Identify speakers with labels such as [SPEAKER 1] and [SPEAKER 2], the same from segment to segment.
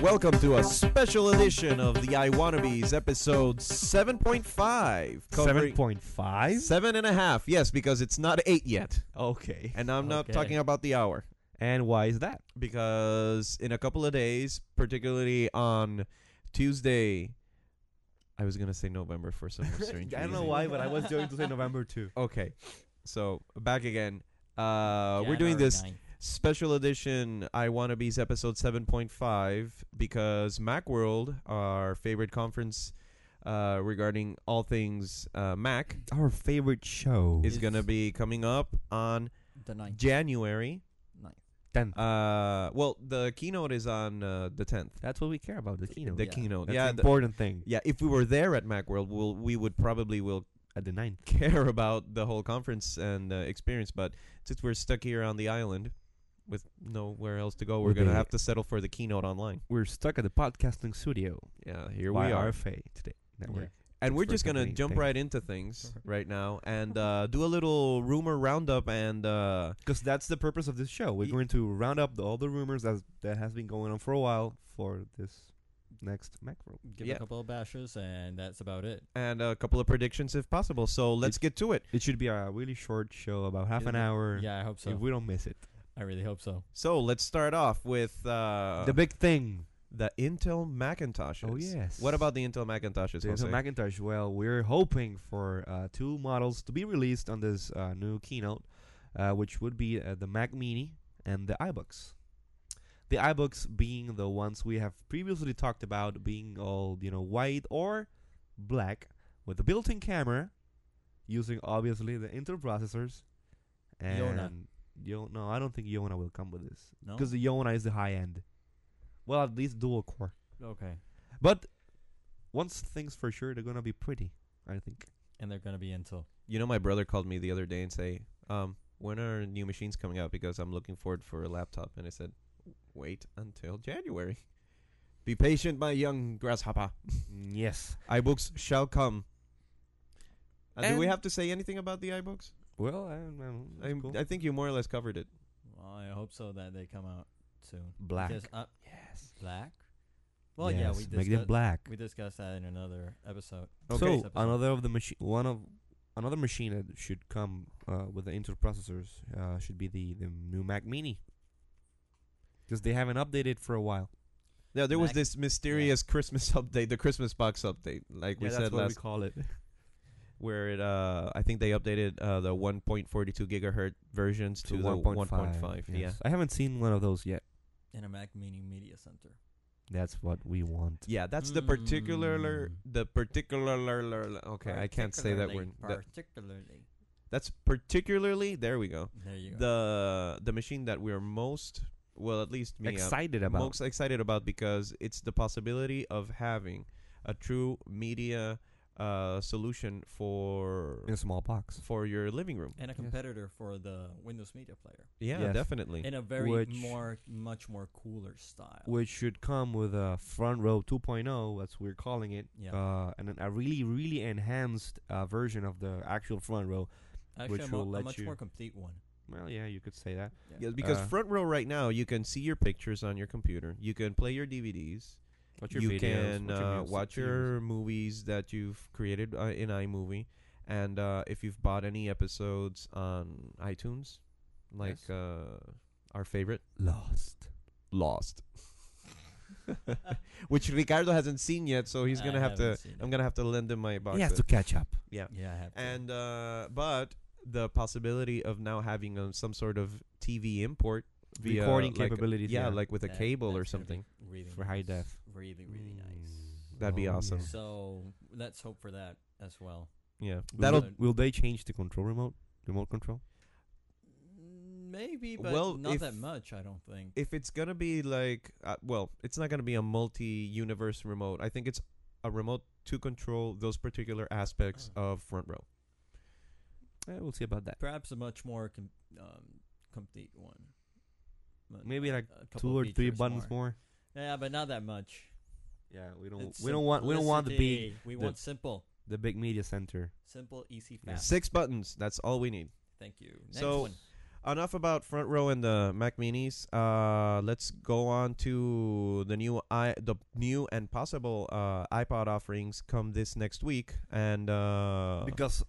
[SPEAKER 1] welcome to a special edition of the I Wannabes, episode 7.5.
[SPEAKER 2] Seven
[SPEAKER 1] covering-
[SPEAKER 2] point five.
[SPEAKER 1] Seven and a half, yes, because it's not eight yet.
[SPEAKER 2] Okay.
[SPEAKER 1] And I'm not
[SPEAKER 3] Okay.
[SPEAKER 1] talking about the hour.
[SPEAKER 2] And why is that?
[SPEAKER 1] Because in a couple of days, particularly on Tuesday, I was going to say November for some strange reason.
[SPEAKER 2] I don't know why, but I was going to say November too.
[SPEAKER 1] Okay. So back again. Uh, we're doing this special edition I Wanna Be's episode 7.5 because Macworld, our favorite conference uh, regarding all things uh, Mac,
[SPEAKER 2] Our favorite show
[SPEAKER 1] is
[SPEAKER 3] It's-
[SPEAKER 1] going to be coming up on
[SPEAKER 3] The ninth.
[SPEAKER 1] January.
[SPEAKER 3] ninth.
[SPEAKER 2] tenth.
[SPEAKER 1] Uh, well, the keynote is on uh, the 10th.
[SPEAKER 2] That's what we care about. The keynote.
[SPEAKER 1] The
[SPEAKER 3] Yeah.
[SPEAKER 1] keynote.
[SPEAKER 2] That's
[SPEAKER 1] yeah,
[SPEAKER 2] the
[SPEAKER 1] the-
[SPEAKER 2] important thing
[SPEAKER 1] yeah, if we were there at Macworld, we'll, we would probably will
[SPEAKER 2] at the ninth.
[SPEAKER 1] care about the whole conference and uh, experience, but since we're stuck here on the island with nowhere else to go, we're
[SPEAKER 2] With
[SPEAKER 1] going to
[SPEAKER 2] the-
[SPEAKER 1] have to settle for the keynote online.
[SPEAKER 2] We're stuck at the podcasting studio.
[SPEAKER 1] Yeah, here
[SPEAKER 2] by
[SPEAKER 1] we are.
[SPEAKER 2] RFA today. Network.
[SPEAKER 1] And we're
[SPEAKER 2] Pittsburgh
[SPEAKER 1] just going to
[SPEAKER 2] company,
[SPEAKER 1] jump
[SPEAKER 2] thanks.
[SPEAKER 1] right into things right now and uh, do a little rumor roundup and uh,
[SPEAKER 2] Because that's the purpose of this show. We're
[SPEAKER 1] Ye-
[SPEAKER 2] going to round up the, all the rumors that that has been going on for a while for this next macro.
[SPEAKER 3] Give
[SPEAKER 1] Yeah.
[SPEAKER 3] a couple of bashes, and that's about it.
[SPEAKER 1] and a couple of predictions if possible. So let's get to it.
[SPEAKER 2] It should be a really short show, about half an
[SPEAKER 3] Yeah.
[SPEAKER 2] hour.
[SPEAKER 3] Yeah, I hope
[SPEAKER 2] If
[SPEAKER 3] so.
[SPEAKER 2] we don't miss it,
[SPEAKER 3] I really hope so.
[SPEAKER 1] So let's start off with uh,
[SPEAKER 2] the
[SPEAKER 1] the,
[SPEAKER 2] big thing.
[SPEAKER 1] Intel Macintoshes.
[SPEAKER 2] Oh yes.
[SPEAKER 1] What about the Intel Macintoshes?
[SPEAKER 2] the Intel
[SPEAKER 1] Jose?
[SPEAKER 2] Macintosh? Well, we're hoping for uh, two models to be released on this uh, new keynote, uh, which would be uh, the Mac Mini and the iBooks. The iBooks being the ones we have previously talked about, being all you know white or black with a built-in camera, using obviously the Intel processors. And
[SPEAKER 3] Yona. Oh.
[SPEAKER 2] Yo- no, I don't think Yona will come with this
[SPEAKER 3] No.
[SPEAKER 2] because the Yona is the high end. Well, at least dual core.
[SPEAKER 3] Okay.
[SPEAKER 2] But once things for sure, they're gonna be pretty. I think.
[SPEAKER 3] And they're gonna be Intel.
[SPEAKER 1] You know, my brother called me the other day and say, um, "When are new machines coming out?" Because I'm looking forward for a laptop, and I said, "Wait until January. Be patient, my young grasshopper.
[SPEAKER 2] yes.
[SPEAKER 1] iBooks shall come." Uh, do we
[SPEAKER 2] And-
[SPEAKER 1] have to say anything about the iBooks?
[SPEAKER 2] Well, I, don't know.
[SPEAKER 1] I,
[SPEAKER 2] It's cool.
[SPEAKER 1] I think you more or less covered it.
[SPEAKER 3] Well, I hope so that they come out soon.
[SPEAKER 2] black.
[SPEAKER 3] Because, uh,
[SPEAKER 2] Yes.
[SPEAKER 3] black. Well, yeah,
[SPEAKER 2] Yes,
[SPEAKER 3] we
[SPEAKER 2] make them
[SPEAKER 3] discussed
[SPEAKER 2] black.
[SPEAKER 3] we discussed that in another episode.
[SPEAKER 1] Okay.
[SPEAKER 2] So another of the machine, one of another machine that should come uh, with the Intel processors uh, should be the the new Mac Mini. Because they haven't updated for a while.
[SPEAKER 1] Yeah, there was
[SPEAKER 3] Mac-
[SPEAKER 1] this mysterious Christmas update, the Christmas box update, like we said last,
[SPEAKER 2] call it.
[SPEAKER 1] where it uh, I think they updated uh, the 1.42 gigahertz versions to,
[SPEAKER 2] To
[SPEAKER 1] the
[SPEAKER 2] one
[SPEAKER 1] 1.5.
[SPEAKER 2] point five. I haven't seen one of those yet.
[SPEAKER 3] in a Mac Mini Media Center.
[SPEAKER 2] That's what we want.
[SPEAKER 1] Yeah, that's the particular
[SPEAKER 3] Mm.
[SPEAKER 1] the particular okay, I can't say that word.
[SPEAKER 3] Particularly-
[SPEAKER 1] That-
[SPEAKER 3] Particularly.
[SPEAKER 1] that's particularly there we go.
[SPEAKER 3] There you go.
[SPEAKER 1] The the machine that we're most well at least me I'm
[SPEAKER 2] Excited about.
[SPEAKER 1] most excited about because it's the possibility of having a true media uh, solution for
[SPEAKER 2] in a small box.
[SPEAKER 1] for your living room.
[SPEAKER 3] and a
[SPEAKER 2] Yes.
[SPEAKER 3] competitor for the Windows Media Player
[SPEAKER 1] Yeah,
[SPEAKER 2] Yes.
[SPEAKER 1] definitely.
[SPEAKER 3] in a very
[SPEAKER 2] Which-
[SPEAKER 3] more, much more cooler style.
[SPEAKER 2] which should come with a front row 2.0 that's we're calling it
[SPEAKER 3] Yeah.
[SPEAKER 2] uh, and then a really really enhanced uh, version of the actual front row
[SPEAKER 3] Actually,
[SPEAKER 2] which
[SPEAKER 3] a, mo-
[SPEAKER 2] will
[SPEAKER 3] a
[SPEAKER 2] let
[SPEAKER 3] much
[SPEAKER 2] you-
[SPEAKER 3] more complete one.
[SPEAKER 2] well yeah you could say that
[SPEAKER 1] Yeah, because
[SPEAKER 2] Uh,
[SPEAKER 1] front row right now you can see your pictures on your computer. You can play your DVDs.
[SPEAKER 2] watch
[SPEAKER 1] you can uh, watch your movies that you've created uh, in iMovie, and uh, if you've bought any episodes on iTunes, like
[SPEAKER 2] Yes.
[SPEAKER 1] uh, our favorite
[SPEAKER 2] lost
[SPEAKER 1] Lost, which Ricardo hasn't seen yet, so he's
[SPEAKER 3] I
[SPEAKER 1] gonna have to.
[SPEAKER 3] haven't seen
[SPEAKER 1] I'm
[SPEAKER 3] it.
[SPEAKER 1] gonna have to lend him my box.
[SPEAKER 2] he has
[SPEAKER 1] set.
[SPEAKER 2] to catch up
[SPEAKER 1] yeah,
[SPEAKER 3] Yeah, I have. to.
[SPEAKER 1] and uh, but the possibility of now having um, some sort of TV import via
[SPEAKER 2] recording
[SPEAKER 1] like,
[SPEAKER 2] capabilities
[SPEAKER 1] yeah, like with a
[SPEAKER 3] That-
[SPEAKER 1] cable or
[SPEAKER 3] that's gonna
[SPEAKER 1] something.
[SPEAKER 3] be really
[SPEAKER 2] for high
[SPEAKER 3] nice.
[SPEAKER 2] def.
[SPEAKER 3] Really, really
[SPEAKER 1] Mm.
[SPEAKER 3] nice.
[SPEAKER 1] That'd be awesome.
[SPEAKER 2] Oh, yeah.
[SPEAKER 3] So let's hope for that as well.
[SPEAKER 1] Yeah,
[SPEAKER 2] will,
[SPEAKER 1] that'll
[SPEAKER 2] they- will they change the control remote remote control
[SPEAKER 3] Maybe, but
[SPEAKER 1] Well,
[SPEAKER 3] not
[SPEAKER 1] if-
[SPEAKER 3] that much, I don't think.
[SPEAKER 1] if it's gonna be like uh, well it's not gonna be a multi-universe remote i think it's a remote to control those particular aspects of front row
[SPEAKER 2] Eh, we'll see about that
[SPEAKER 3] Perhaps a much more com- um, complete one. But
[SPEAKER 2] maybe like
[SPEAKER 3] a couple
[SPEAKER 2] two
[SPEAKER 3] of
[SPEAKER 2] or three
[SPEAKER 3] features
[SPEAKER 2] buttons more,
[SPEAKER 3] Yeah, but not that much.
[SPEAKER 2] yeah we don't
[SPEAKER 3] It's
[SPEAKER 2] we don't want we don't want the big
[SPEAKER 3] simplicity. We
[SPEAKER 2] the-
[SPEAKER 3] want simple,
[SPEAKER 2] the big media center
[SPEAKER 3] simple, easy,
[SPEAKER 2] Yeah.
[SPEAKER 3] fast.
[SPEAKER 1] six buttons that's all we need
[SPEAKER 3] Thank you. Next
[SPEAKER 1] So-
[SPEAKER 3] one.
[SPEAKER 1] enough about front row and the Mac Minis. Uh, let's go on to the new i the new and possible uh, iPod offerings come this next week, and uh,
[SPEAKER 2] because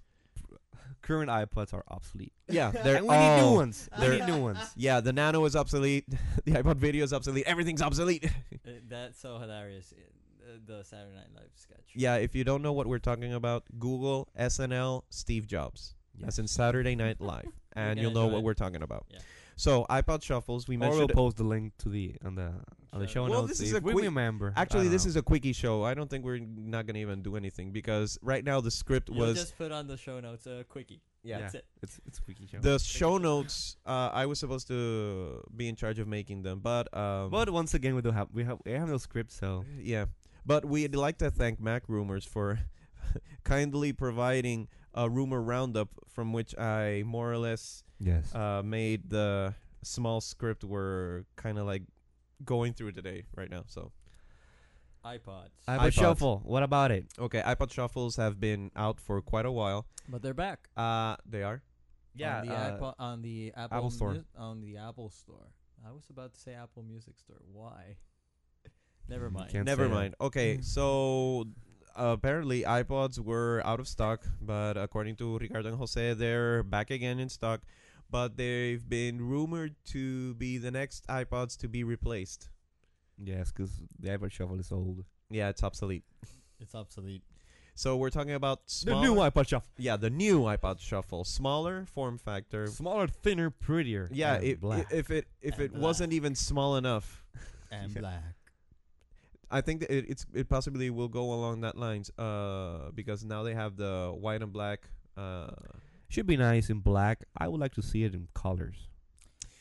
[SPEAKER 2] current iPods are obsolete.
[SPEAKER 1] yeah, they're
[SPEAKER 2] and we need new
[SPEAKER 1] all
[SPEAKER 2] ones. We
[SPEAKER 1] they're-
[SPEAKER 2] need new ones.
[SPEAKER 1] yeah. The Nano is obsolete. the iPod Video is obsolete. Everything's obsolete.
[SPEAKER 3] Uh, that's so hilarious. Uh, the Saturday Night Live sketch.
[SPEAKER 1] yeah, if you don't know what we're talking about, Google SNL Steve Jobs. That's in Saturday Night Live, and
[SPEAKER 3] gonna
[SPEAKER 1] you'll know
[SPEAKER 3] do
[SPEAKER 1] what
[SPEAKER 3] it.
[SPEAKER 1] we're talking about.
[SPEAKER 3] Yeah.
[SPEAKER 1] So iPod shuffles, we
[SPEAKER 2] Or we'll
[SPEAKER 1] mentioned.
[SPEAKER 2] post the link to the on the on the
[SPEAKER 3] Sure.
[SPEAKER 2] show
[SPEAKER 1] Well,
[SPEAKER 2] notes
[SPEAKER 1] this is
[SPEAKER 2] if
[SPEAKER 1] a
[SPEAKER 2] we
[SPEAKER 1] quick-
[SPEAKER 2] remember. I
[SPEAKER 1] Actually,
[SPEAKER 2] don't
[SPEAKER 1] this
[SPEAKER 2] know.
[SPEAKER 1] is a quickie show. I don't think we're not gonna even do anything because right now the script
[SPEAKER 3] You'll
[SPEAKER 1] was
[SPEAKER 3] just put on the show notes a quickie.
[SPEAKER 1] Yeah.
[SPEAKER 3] That's it.
[SPEAKER 2] it's it's a quickie show.
[SPEAKER 1] the show notes. Uh, I was supposed to be in charge of making them, but um,
[SPEAKER 2] but once again, we don't have we have we have no script, so
[SPEAKER 1] yeah, but we'd like to thank Mac Rumors for kindly providing a rumor roundup from which I more or less
[SPEAKER 2] yes.
[SPEAKER 1] uh, made the small script we're kind of like going through today right now. So
[SPEAKER 3] iPods.
[SPEAKER 2] iPod
[SPEAKER 1] iPods.
[SPEAKER 2] shuffle. What about it?
[SPEAKER 1] okay, iPod shuffles have been out for quite a while.
[SPEAKER 3] but they're back.
[SPEAKER 1] Uh, they are.
[SPEAKER 2] Yeah,
[SPEAKER 3] On the,
[SPEAKER 2] uh,
[SPEAKER 3] iPod, on the Apple,
[SPEAKER 2] Apple Store.
[SPEAKER 3] Mu- on the Apple Store. I was about to say Apple Music Store. Why? Never
[SPEAKER 2] You
[SPEAKER 3] mind.
[SPEAKER 2] can't
[SPEAKER 1] Never
[SPEAKER 2] say Mm-hmm. that.
[SPEAKER 1] mind. Okay, so apparently iPods were out of stock, but according to Ricardo and Jose, they're back again in stock. But they've been rumored to be the next iPods to be replaced.
[SPEAKER 2] Yes, because the iPod shuffle is old.
[SPEAKER 1] Yeah, it's obsolete.
[SPEAKER 3] It's obsolete.
[SPEAKER 1] So we're talking about smaller,
[SPEAKER 2] iPod shuffle.
[SPEAKER 1] yeah, the new iPod Shuffle, smaller form factor.
[SPEAKER 2] Smaller, thinner, prettier.
[SPEAKER 1] Yeah,
[SPEAKER 2] and
[SPEAKER 1] it, i
[SPEAKER 2] black. uh,
[SPEAKER 1] if it if
[SPEAKER 3] And
[SPEAKER 1] it
[SPEAKER 3] black.
[SPEAKER 1] wasn't even small enough,
[SPEAKER 3] And
[SPEAKER 2] Yeah.
[SPEAKER 3] black.
[SPEAKER 1] I think that it, it's it possibly will go along that lines. Uh, because now they have the white and black. Uh,
[SPEAKER 2] should be nice in black. I would like to see it in colors.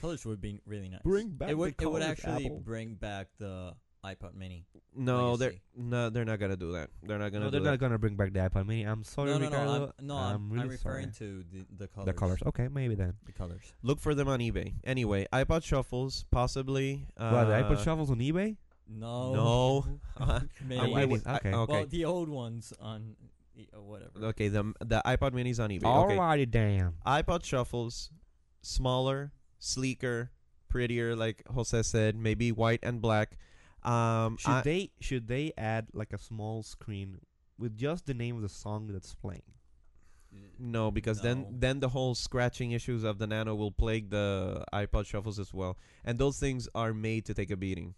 [SPEAKER 3] Colors would be really nice.
[SPEAKER 2] Bring back the
[SPEAKER 3] it would, it would
[SPEAKER 2] colors,
[SPEAKER 3] actually
[SPEAKER 2] Apple.
[SPEAKER 3] bring back the iPod Mini.
[SPEAKER 1] No, they're
[SPEAKER 3] legacy.
[SPEAKER 1] no, they're not gonna do that. They're not gonna
[SPEAKER 2] no,
[SPEAKER 1] do
[SPEAKER 2] they're
[SPEAKER 1] that.
[SPEAKER 2] not gonna bring back the iPod Mini. I'm sorry,
[SPEAKER 3] no, no, no.
[SPEAKER 2] Ricardo.
[SPEAKER 3] I'm, no, I'm, I'm,
[SPEAKER 2] really
[SPEAKER 3] referring
[SPEAKER 2] sorry.
[SPEAKER 3] to the, the colors.
[SPEAKER 2] the colors. Okay, maybe then.
[SPEAKER 3] The colors.
[SPEAKER 1] Look for them on eBay. Anyway, iPod shuffles possibly. Uh,
[SPEAKER 2] but the iPod shuffles on eBay.
[SPEAKER 3] No.
[SPEAKER 1] No.
[SPEAKER 3] Mini.
[SPEAKER 1] I- I
[SPEAKER 2] Mini,
[SPEAKER 1] would- I-
[SPEAKER 2] okay.
[SPEAKER 1] okay.
[SPEAKER 3] Well, the old ones on e- uh, whatever.
[SPEAKER 1] okay. The the iPod Minis on eBay. okay.
[SPEAKER 2] Alrighty, damn.
[SPEAKER 1] iPod shuffles, smaller, sleeker, prettier. Like Jose said, maybe white and black. Um,
[SPEAKER 2] Should
[SPEAKER 1] I-
[SPEAKER 2] they should they add like a small screen with just the name of the song that's playing?
[SPEAKER 1] no, because then
[SPEAKER 3] No.
[SPEAKER 1] then the whole scratching issues of the Nano will plague the iPod shuffles as well, and those things are made to take a beating.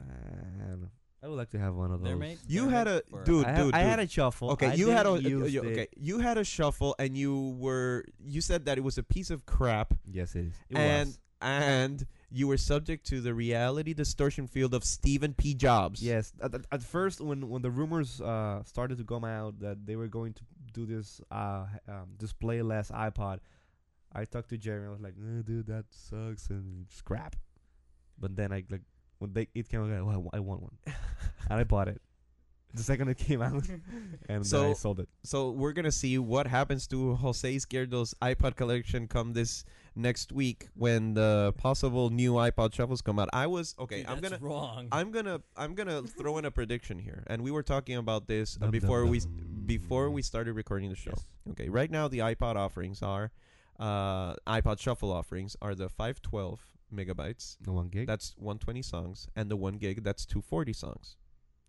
[SPEAKER 2] Uh, I don't know. I would like to have one of those.
[SPEAKER 3] They're made.
[SPEAKER 1] You
[SPEAKER 3] they're
[SPEAKER 1] had
[SPEAKER 3] made
[SPEAKER 1] a-
[SPEAKER 3] for-
[SPEAKER 1] dude,
[SPEAKER 2] I, ha- I had a shuffle.
[SPEAKER 1] Okay,
[SPEAKER 2] I
[SPEAKER 1] you had a
[SPEAKER 2] didn't
[SPEAKER 1] you-
[SPEAKER 2] use
[SPEAKER 1] you-
[SPEAKER 2] it.
[SPEAKER 1] okay, you had a shuffle and you were you said that it was a piece of crap
[SPEAKER 2] Yes, it is. It
[SPEAKER 1] And-
[SPEAKER 2] was.
[SPEAKER 1] and you were subject to the reality distortion field of Stephen P. Jobs.
[SPEAKER 2] Yes, at, at- at first when when the rumors uh, started to come out that they were going to do this uh, h- um, display less iPod, I talked to Jerry and I was like, no, dude, that sucks and it's crap. But then I like when they it came out, I, wa- I want one, and I bought it the second it came out, and then I
[SPEAKER 1] So-
[SPEAKER 2] sold it.
[SPEAKER 1] So we're gonna see what happens to Jose's Gerdo's iPod collection come this next week when the possible new iPod shuffles come out. I was okay.
[SPEAKER 3] Dude,
[SPEAKER 1] I'm
[SPEAKER 3] that's
[SPEAKER 1] gonna.
[SPEAKER 3] wrong.
[SPEAKER 1] I'm gonna I'm gonna throw in a prediction here, and we were talking about this uh, before we s- before we started recording the show.
[SPEAKER 2] Yes.
[SPEAKER 1] Okay, right now the iPod offerings are, uh, iPod Shuffle offerings are the 512 megabytes,
[SPEAKER 2] No one gig.
[SPEAKER 1] that's 120 songs, and the one gig, that's 240 songs,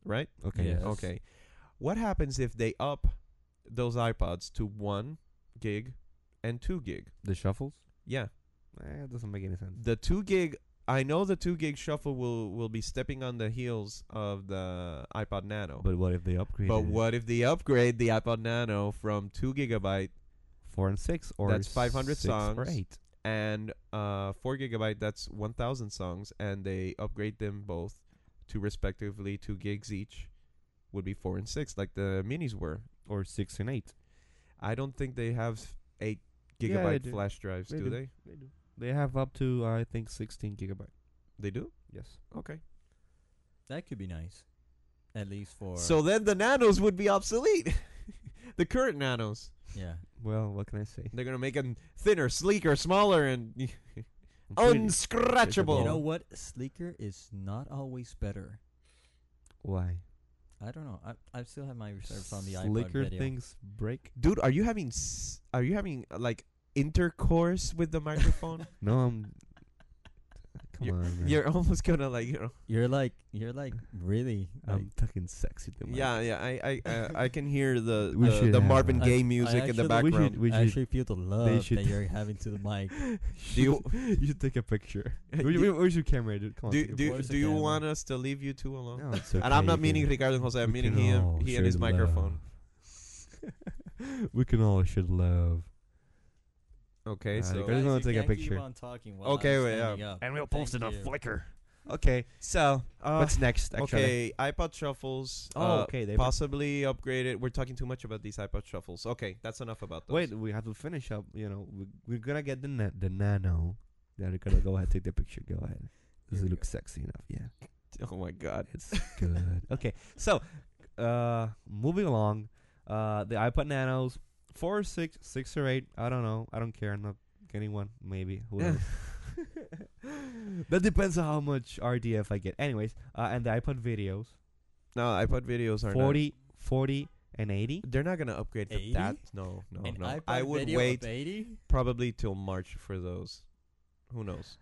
[SPEAKER 1] right?
[SPEAKER 2] okay.
[SPEAKER 3] Yes.
[SPEAKER 2] yes.
[SPEAKER 1] Okay, what happens if they up those iPods to one gig and two gig?
[SPEAKER 2] The shuffles.
[SPEAKER 1] Yeah,
[SPEAKER 2] Eh, it doesn't make any sense.
[SPEAKER 1] the two gig. I know the two gig shuffle will will be stepping on the heels of the iPod Nano. But,
[SPEAKER 2] But what if they upgrade?
[SPEAKER 1] what if they upgrade the iPod Nano from two gigabyte
[SPEAKER 2] Four and six, or
[SPEAKER 1] That's 500
[SPEAKER 2] six or
[SPEAKER 1] songs.
[SPEAKER 2] eight.
[SPEAKER 1] and uh, four gigabyte that's 1000 songs and they upgrade them both to respectively two gigs each would be four and six like the minis were
[SPEAKER 2] or six and eight.
[SPEAKER 1] i don't think they have eight
[SPEAKER 2] Yeah, they
[SPEAKER 1] gigabyte
[SPEAKER 2] do.
[SPEAKER 1] flash drives
[SPEAKER 2] They
[SPEAKER 1] do,
[SPEAKER 2] do.
[SPEAKER 1] they
[SPEAKER 2] They do. They have up to I think 16 gigabyte.
[SPEAKER 1] they do
[SPEAKER 2] Yes.
[SPEAKER 1] okay
[SPEAKER 3] that could be nice, at least for.
[SPEAKER 1] so then the nanos would be obsolete the current nanos
[SPEAKER 3] yeah.
[SPEAKER 2] Well, what can I say?
[SPEAKER 1] they're gonna make them thinner sleeker smaller and
[SPEAKER 2] Well-
[SPEAKER 1] Oh, unscratchable
[SPEAKER 3] You know what? Sleeker is not always better.
[SPEAKER 2] Why?
[SPEAKER 3] I don't know. I I still have my reserves on the iPod
[SPEAKER 2] Slicker
[SPEAKER 3] video.
[SPEAKER 2] things break.
[SPEAKER 1] dude are you having s- are you having uh, like intercourse with the microphone.
[SPEAKER 2] No, I'm. Come on, man.
[SPEAKER 1] You're almost gonna like you know.
[SPEAKER 3] You're like you're like really like,
[SPEAKER 2] I'm fucking sexy. to my-
[SPEAKER 1] Yeah, yeah. I I uh, I can hear the
[SPEAKER 2] We
[SPEAKER 1] the,
[SPEAKER 2] should
[SPEAKER 1] the
[SPEAKER 2] have
[SPEAKER 1] Marvin
[SPEAKER 2] a-
[SPEAKER 1] Gaye
[SPEAKER 3] I-
[SPEAKER 1] music
[SPEAKER 3] I
[SPEAKER 1] in the
[SPEAKER 2] We
[SPEAKER 3] actually-
[SPEAKER 1] background.
[SPEAKER 2] should. We
[SPEAKER 3] I
[SPEAKER 2] should.
[SPEAKER 3] actually feel the love
[SPEAKER 2] should-
[SPEAKER 3] that you're having to the mic.
[SPEAKER 1] Do you
[SPEAKER 2] you should take a picture.
[SPEAKER 1] Uh,
[SPEAKER 2] Where's
[SPEAKER 1] do-
[SPEAKER 2] your, where's your camera, dude? Come on.
[SPEAKER 1] do
[SPEAKER 2] take a
[SPEAKER 1] do,
[SPEAKER 3] Where's the
[SPEAKER 1] do you
[SPEAKER 3] camera?
[SPEAKER 1] want us to leave you two alone?
[SPEAKER 2] picture. No, it's
[SPEAKER 1] And
[SPEAKER 2] okay,
[SPEAKER 1] I'm not
[SPEAKER 2] you
[SPEAKER 1] meaning
[SPEAKER 2] can-
[SPEAKER 1] Ricardo and Jose. I'm
[SPEAKER 2] we
[SPEAKER 1] meaning
[SPEAKER 2] can
[SPEAKER 1] him.
[SPEAKER 2] all
[SPEAKER 1] He
[SPEAKER 2] share
[SPEAKER 1] and his
[SPEAKER 2] the uh,
[SPEAKER 1] microphone.
[SPEAKER 2] love. we can all should love.
[SPEAKER 1] Okay,
[SPEAKER 2] Uh,
[SPEAKER 1] so
[SPEAKER 2] Ricardo- just
[SPEAKER 3] Guys,
[SPEAKER 2] wanna
[SPEAKER 3] you
[SPEAKER 2] take a
[SPEAKER 3] can't keep
[SPEAKER 2] picture.
[SPEAKER 3] on talking while
[SPEAKER 1] Okay,
[SPEAKER 3] I'm
[SPEAKER 1] wait,
[SPEAKER 3] standing up. Thank you.
[SPEAKER 2] Flickr. Okay, so
[SPEAKER 1] uh,
[SPEAKER 2] what's next? Actually?
[SPEAKER 1] okay, iPod shuffles.
[SPEAKER 2] Oh,
[SPEAKER 1] uh,
[SPEAKER 2] okay. They
[SPEAKER 1] Possibly upgraded. We're talking too much about these iPod shuffles. Okay, that's enough about those.
[SPEAKER 2] Wait, we have to finish up. You know, we, we're gonna get the na- the nano. Yeah, Ricardo, go ahead, take the picture. Go ahead. Does
[SPEAKER 1] Here we
[SPEAKER 2] it look
[SPEAKER 1] go.
[SPEAKER 2] sexy enough? Yeah,
[SPEAKER 1] Oh my God.
[SPEAKER 2] it's good. Okay, so uh, moving along, uh, the iPod Nanos four, six, six or eight. I don't know. I don't care. I'm not getting one. Maybe who knows? that depends on how much RDF I get. Anyways, uh, and the iPod videos
[SPEAKER 1] No, iPod videos are not.
[SPEAKER 2] 40, 40 and eighty.
[SPEAKER 1] They're not gonna upgrade to
[SPEAKER 3] 80?
[SPEAKER 1] that. No, no,
[SPEAKER 3] An
[SPEAKER 1] no.
[SPEAKER 3] iPod
[SPEAKER 1] I would
[SPEAKER 3] video of
[SPEAKER 1] wait
[SPEAKER 3] 80?
[SPEAKER 1] probably till March for those. Who knows?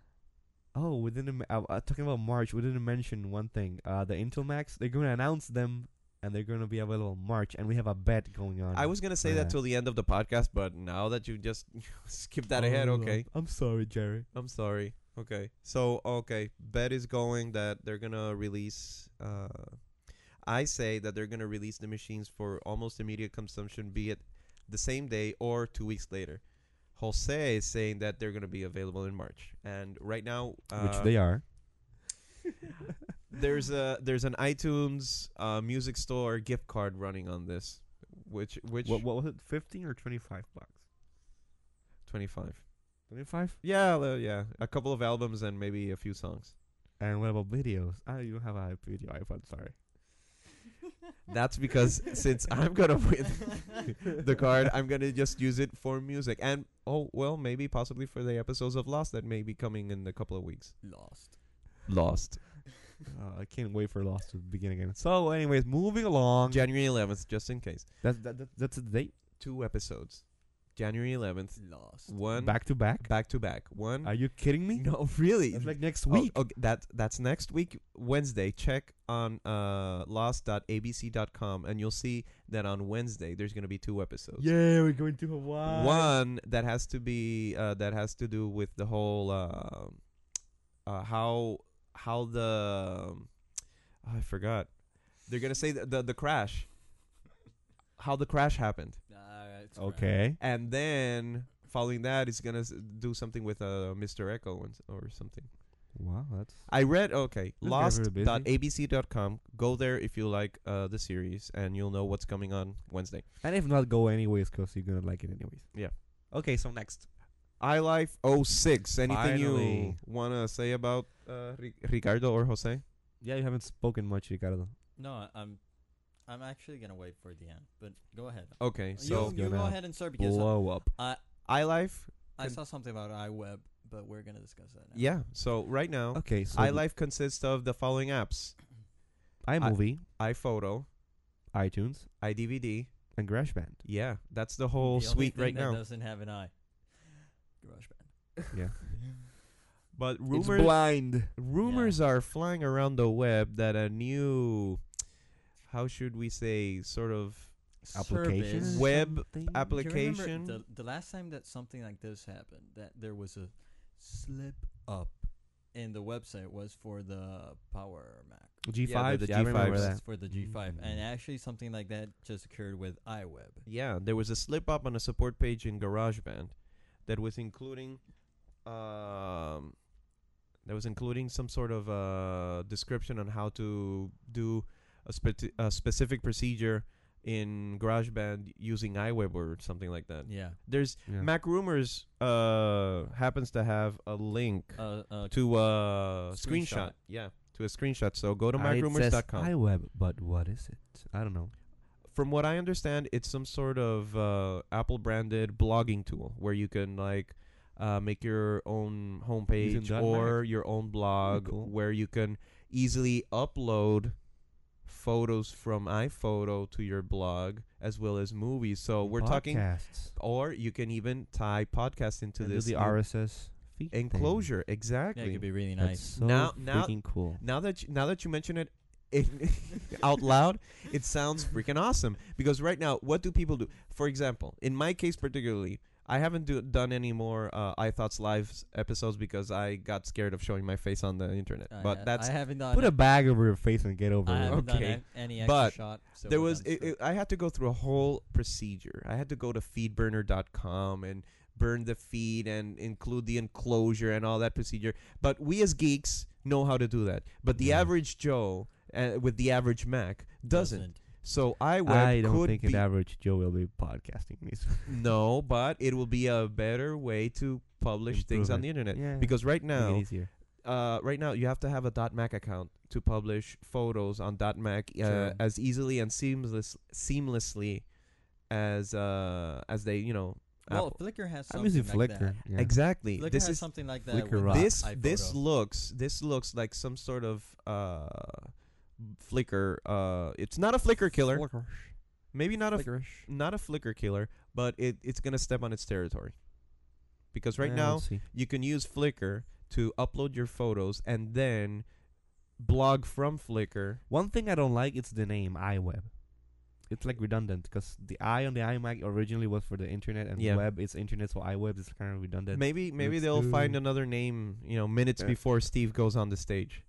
[SPEAKER 2] Oh, we didn't. m- Uh, uh, talking about March, we didn't mention one thing. Uh, the Intel Max, they're going to announce them, and they're going to be available in March. And we have a bet going on.
[SPEAKER 1] I was gonna say that
[SPEAKER 2] uh,
[SPEAKER 1] till the end of the podcast, but now that you just skipped that ahead,
[SPEAKER 2] Oh,
[SPEAKER 1] okay.
[SPEAKER 2] I'm sorry, Jerry.
[SPEAKER 1] I'm sorry. Okay. So okay, bet is going that they're gonna release. Uh, I say that they're gonna release the machines for almost immediate consumption, be it the same day or two weeks later. Jose is saying that they're gonna be available in March, and right now, uh,
[SPEAKER 2] Which they are.
[SPEAKER 1] there's a there's an iTunes uh, music store gift card running on this, which which
[SPEAKER 2] What, what was it? Fifteen or twenty-five bucks?
[SPEAKER 1] twenty five.
[SPEAKER 2] Twenty-five.
[SPEAKER 1] Yeah, uh, yeah, a couple of albums and maybe a few songs.
[SPEAKER 2] And what about videos? Ah, you have a video iPhone. Sorry.
[SPEAKER 1] That's because since I'm gonna win the card, I'm gonna just use it for music and oh well, maybe possibly for the episodes of Lost that may be coming in a couple of weeks.
[SPEAKER 3] Lost.
[SPEAKER 1] Lost
[SPEAKER 2] Uh, I can't wait for Lost to begin again. So, anyways, moving along.
[SPEAKER 1] January 11th, just in case.
[SPEAKER 2] That's that, that, that's the date.
[SPEAKER 1] Two episodes, January 11th,
[SPEAKER 3] Lost.
[SPEAKER 1] one back
[SPEAKER 2] Back to back.
[SPEAKER 1] back to back. One.
[SPEAKER 2] Are you kidding me?
[SPEAKER 1] no, really.
[SPEAKER 2] That's like next
[SPEAKER 1] Oh,
[SPEAKER 2] week.
[SPEAKER 1] okay, that that's next week Wednesday. Check on uh lost.abc.com and you'll see that on Wednesday there's going to be two episodes.
[SPEAKER 2] Yeah, we're going to Hawaii.
[SPEAKER 1] One that has to be uh that has to do with the whole um uh how how the um, I forgot. They're going to say the, the the crash. How the crash happened.
[SPEAKER 3] Nah, it's crap.
[SPEAKER 2] Okay.
[SPEAKER 1] And then following that is going to do something with uh Mr. Echo and, s- or something.
[SPEAKER 2] Wow, that's
[SPEAKER 1] I read okay,
[SPEAKER 2] This guy's really busy.
[SPEAKER 1] lost.abc.com. Go there if you like uh, the series, and you'll know what's coming on Wednesday.
[SPEAKER 2] and if not, go anyways, cause you're gonna like it anyways.
[SPEAKER 1] Yeah.
[SPEAKER 2] Okay, so next.
[SPEAKER 1] iLife 06. Anything you
[SPEAKER 2] Finally.
[SPEAKER 1] want to say about uh, Ri- Ricardo or Jose?
[SPEAKER 2] Yeah, you haven't spoken much, Ricardo.
[SPEAKER 3] No, I- I'm I'm actually going to wait for the end, but go ahead.
[SPEAKER 1] Okay,
[SPEAKER 3] So
[SPEAKER 1] so
[SPEAKER 2] Oh, Yes.
[SPEAKER 3] you, you go
[SPEAKER 2] Gonna
[SPEAKER 3] ahead and start
[SPEAKER 1] uh,
[SPEAKER 3] because I,
[SPEAKER 2] Blow up.
[SPEAKER 1] iLife,
[SPEAKER 3] I
[SPEAKER 1] Can-
[SPEAKER 3] saw something about iWeb, but we're going to discuss that now.
[SPEAKER 1] yeah. So right now,
[SPEAKER 2] Okay, so the
[SPEAKER 1] iLife consists of the following apps
[SPEAKER 2] iMovie,
[SPEAKER 1] iPhoto,
[SPEAKER 2] iTunes,
[SPEAKER 1] iDVD.
[SPEAKER 2] and GarageBand.
[SPEAKER 1] Yeah, that's the whole
[SPEAKER 3] the only
[SPEAKER 1] suite
[SPEAKER 3] thing
[SPEAKER 1] right
[SPEAKER 3] that
[SPEAKER 1] now.
[SPEAKER 3] doesn't have an eye. GarageBand.
[SPEAKER 2] Yeah.
[SPEAKER 1] But rumors.
[SPEAKER 2] blind.
[SPEAKER 1] rumors are flying around the web that a new how should we say sort of
[SPEAKER 2] Applications?
[SPEAKER 3] Service.
[SPEAKER 2] Web
[SPEAKER 1] web
[SPEAKER 2] Thing?
[SPEAKER 3] Do you remember
[SPEAKER 1] application
[SPEAKER 3] The, the last time that something like this happened, that there was a slip up in the website was for the Power Mac.
[SPEAKER 2] G5.
[SPEAKER 1] the
[SPEAKER 2] I remember
[SPEAKER 1] G5s.
[SPEAKER 2] that.
[SPEAKER 3] For the G5. And
[SPEAKER 2] Mm.
[SPEAKER 1] Mm-hmm.
[SPEAKER 3] actually, something like that just occurred with iWeb.
[SPEAKER 1] yeah there was a slip up on a support page in garageband that was including um that was including some sort of uh description on how to do a, spe- a specific procedure in garageband using iweb or something like that
[SPEAKER 3] Yeah.
[SPEAKER 1] there's
[SPEAKER 2] Yeah.
[SPEAKER 1] mac rumors uh happens to have a link
[SPEAKER 3] Uh, uh,
[SPEAKER 1] to a screenshot.
[SPEAKER 3] Screenshot.
[SPEAKER 1] Yeah, to a screenshot. So go to
[SPEAKER 2] Ah, it says
[SPEAKER 1] macrumors.com.
[SPEAKER 2] iWeb, but what is it? I don't know.
[SPEAKER 1] From what I understand, it's some sort of uh, Apple branded blogging tool where you can like uh, make your own homepage
[SPEAKER 2] .Mac.
[SPEAKER 1] or your own blog
[SPEAKER 2] cool.
[SPEAKER 1] where you can easily upload photos from iPhoto to your blog as well as movies. So we're talking,
[SPEAKER 2] Podcasts.
[SPEAKER 1] or you can even tie podcast into
[SPEAKER 2] And do
[SPEAKER 1] this
[SPEAKER 2] the
[SPEAKER 1] new
[SPEAKER 2] RSS feed thing.
[SPEAKER 1] enclosure.
[SPEAKER 3] Yeah,
[SPEAKER 1] Exactly.
[SPEAKER 3] it could be really
[SPEAKER 2] That's
[SPEAKER 3] nice.
[SPEAKER 2] so
[SPEAKER 1] Now- now-
[SPEAKER 2] freaking cool.
[SPEAKER 1] now that you, now that you mention it, it out loud, it sounds freaking awesome. Because right now, what do people do? For example, in my case particularly, I haven't do, done any more uh, I Thoughts Live s- episodes because I got scared of showing my face on the internet.
[SPEAKER 3] I
[SPEAKER 1] but
[SPEAKER 3] ha-
[SPEAKER 1] that's
[SPEAKER 3] Oh, I haven't done.
[SPEAKER 2] Put a
[SPEAKER 3] it.
[SPEAKER 2] bag over your face and get over
[SPEAKER 3] I
[SPEAKER 2] it.
[SPEAKER 3] haven't done
[SPEAKER 1] Okay.
[SPEAKER 3] a- any extra
[SPEAKER 1] But
[SPEAKER 3] shot. So
[SPEAKER 1] there
[SPEAKER 3] we're
[SPEAKER 1] was
[SPEAKER 3] done
[SPEAKER 1] it, it-
[SPEAKER 3] for-
[SPEAKER 1] I had to go through a whole procedure. I had to go to feedburner.com and burn the feed and include the enclosure and all that procedure. But we as geeks know how to do that. But the
[SPEAKER 2] Yeah.
[SPEAKER 1] average Joe uh, with the average Mac doesn't. So I
[SPEAKER 2] I don't
[SPEAKER 1] could
[SPEAKER 2] think
[SPEAKER 1] be
[SPEAKER 2] an average Joe will be podcasting this.
[SPEAKER 1] no, but it will be a better way to publish things
[SPEAKER 2] Improve
[SPEAKER 1] on
[SPEAKER 2] it.
[SPEAKER 1] the internet
[SPEAKER 2] Yeah.
[SPEAKER 1] because right
[SPEAKER 2] Make it
[SPEAKER 1] now
[SPEAKER 2] easier.
[SPEAKER 1] uh, right now you have to have a .mac account to publish photos on .mac uh,
[SPEAKER 2] True.
[SPEAKER 1] as easily and seamless seamlessly as uh, as they you know
[SPEAKER 3] Well,
[SPEAKER 1] Apple.
[SPEAKER 3] Flickr has something
[SPEAKER 2] I'm using
[SPEAKER 3] like
[SPEAKER 2] Flickr.
[SPEAKER 3] that.
[SPEAKER 2] yeah.
[SPEAKER 1] exactly
[SPEAKER 3] Flickr
[SPEAKER 1] this
[SPEAKER 3] has
[SPEAKER 1] is
[SPEAKER 3] something like that.
[SPEAKER 2] Flickr
[SPEAKER 3] with
[SPEAKER 2] rocks.
[SPEAKER 1] this this
[SPEAKER 3] iPhoto.
[SPEAKER 1] looks this looks like some sort of uh, Flickr uh, it's not a Flickr killer maybe not a
[SPEAKER 2] Flickerish.
[SPEAKER 1] not a flicker killer, but it, it's gonna step on its territory. Because right
[SPEAKER 2] Yeah,
[SPEAKER 1] now
[SPEAKER 2] we'll see.
[SPEAKER 1] you can use Flickr to upload your photos and then blog from Flickr.
[SPEAKER 2] One thing I don't like it's the name iWeb. It's like redundant because the i on the iMac originally was for the internet and
[SPEAKER 1] Yeah.
[SPEAKER 2] web is internet, so iWeb is kind of redundant.
[SPEAKER 1] Maybe maybe
[SPEAKER 2] let's
[SPEAKER 1] they'll find
[SPEAKER 2] do-
[SPEAKER 1] another name, you know, minutes
[SPEAKER 2] Yeah.
[SPEAKER 1] before Steve goes on the stage.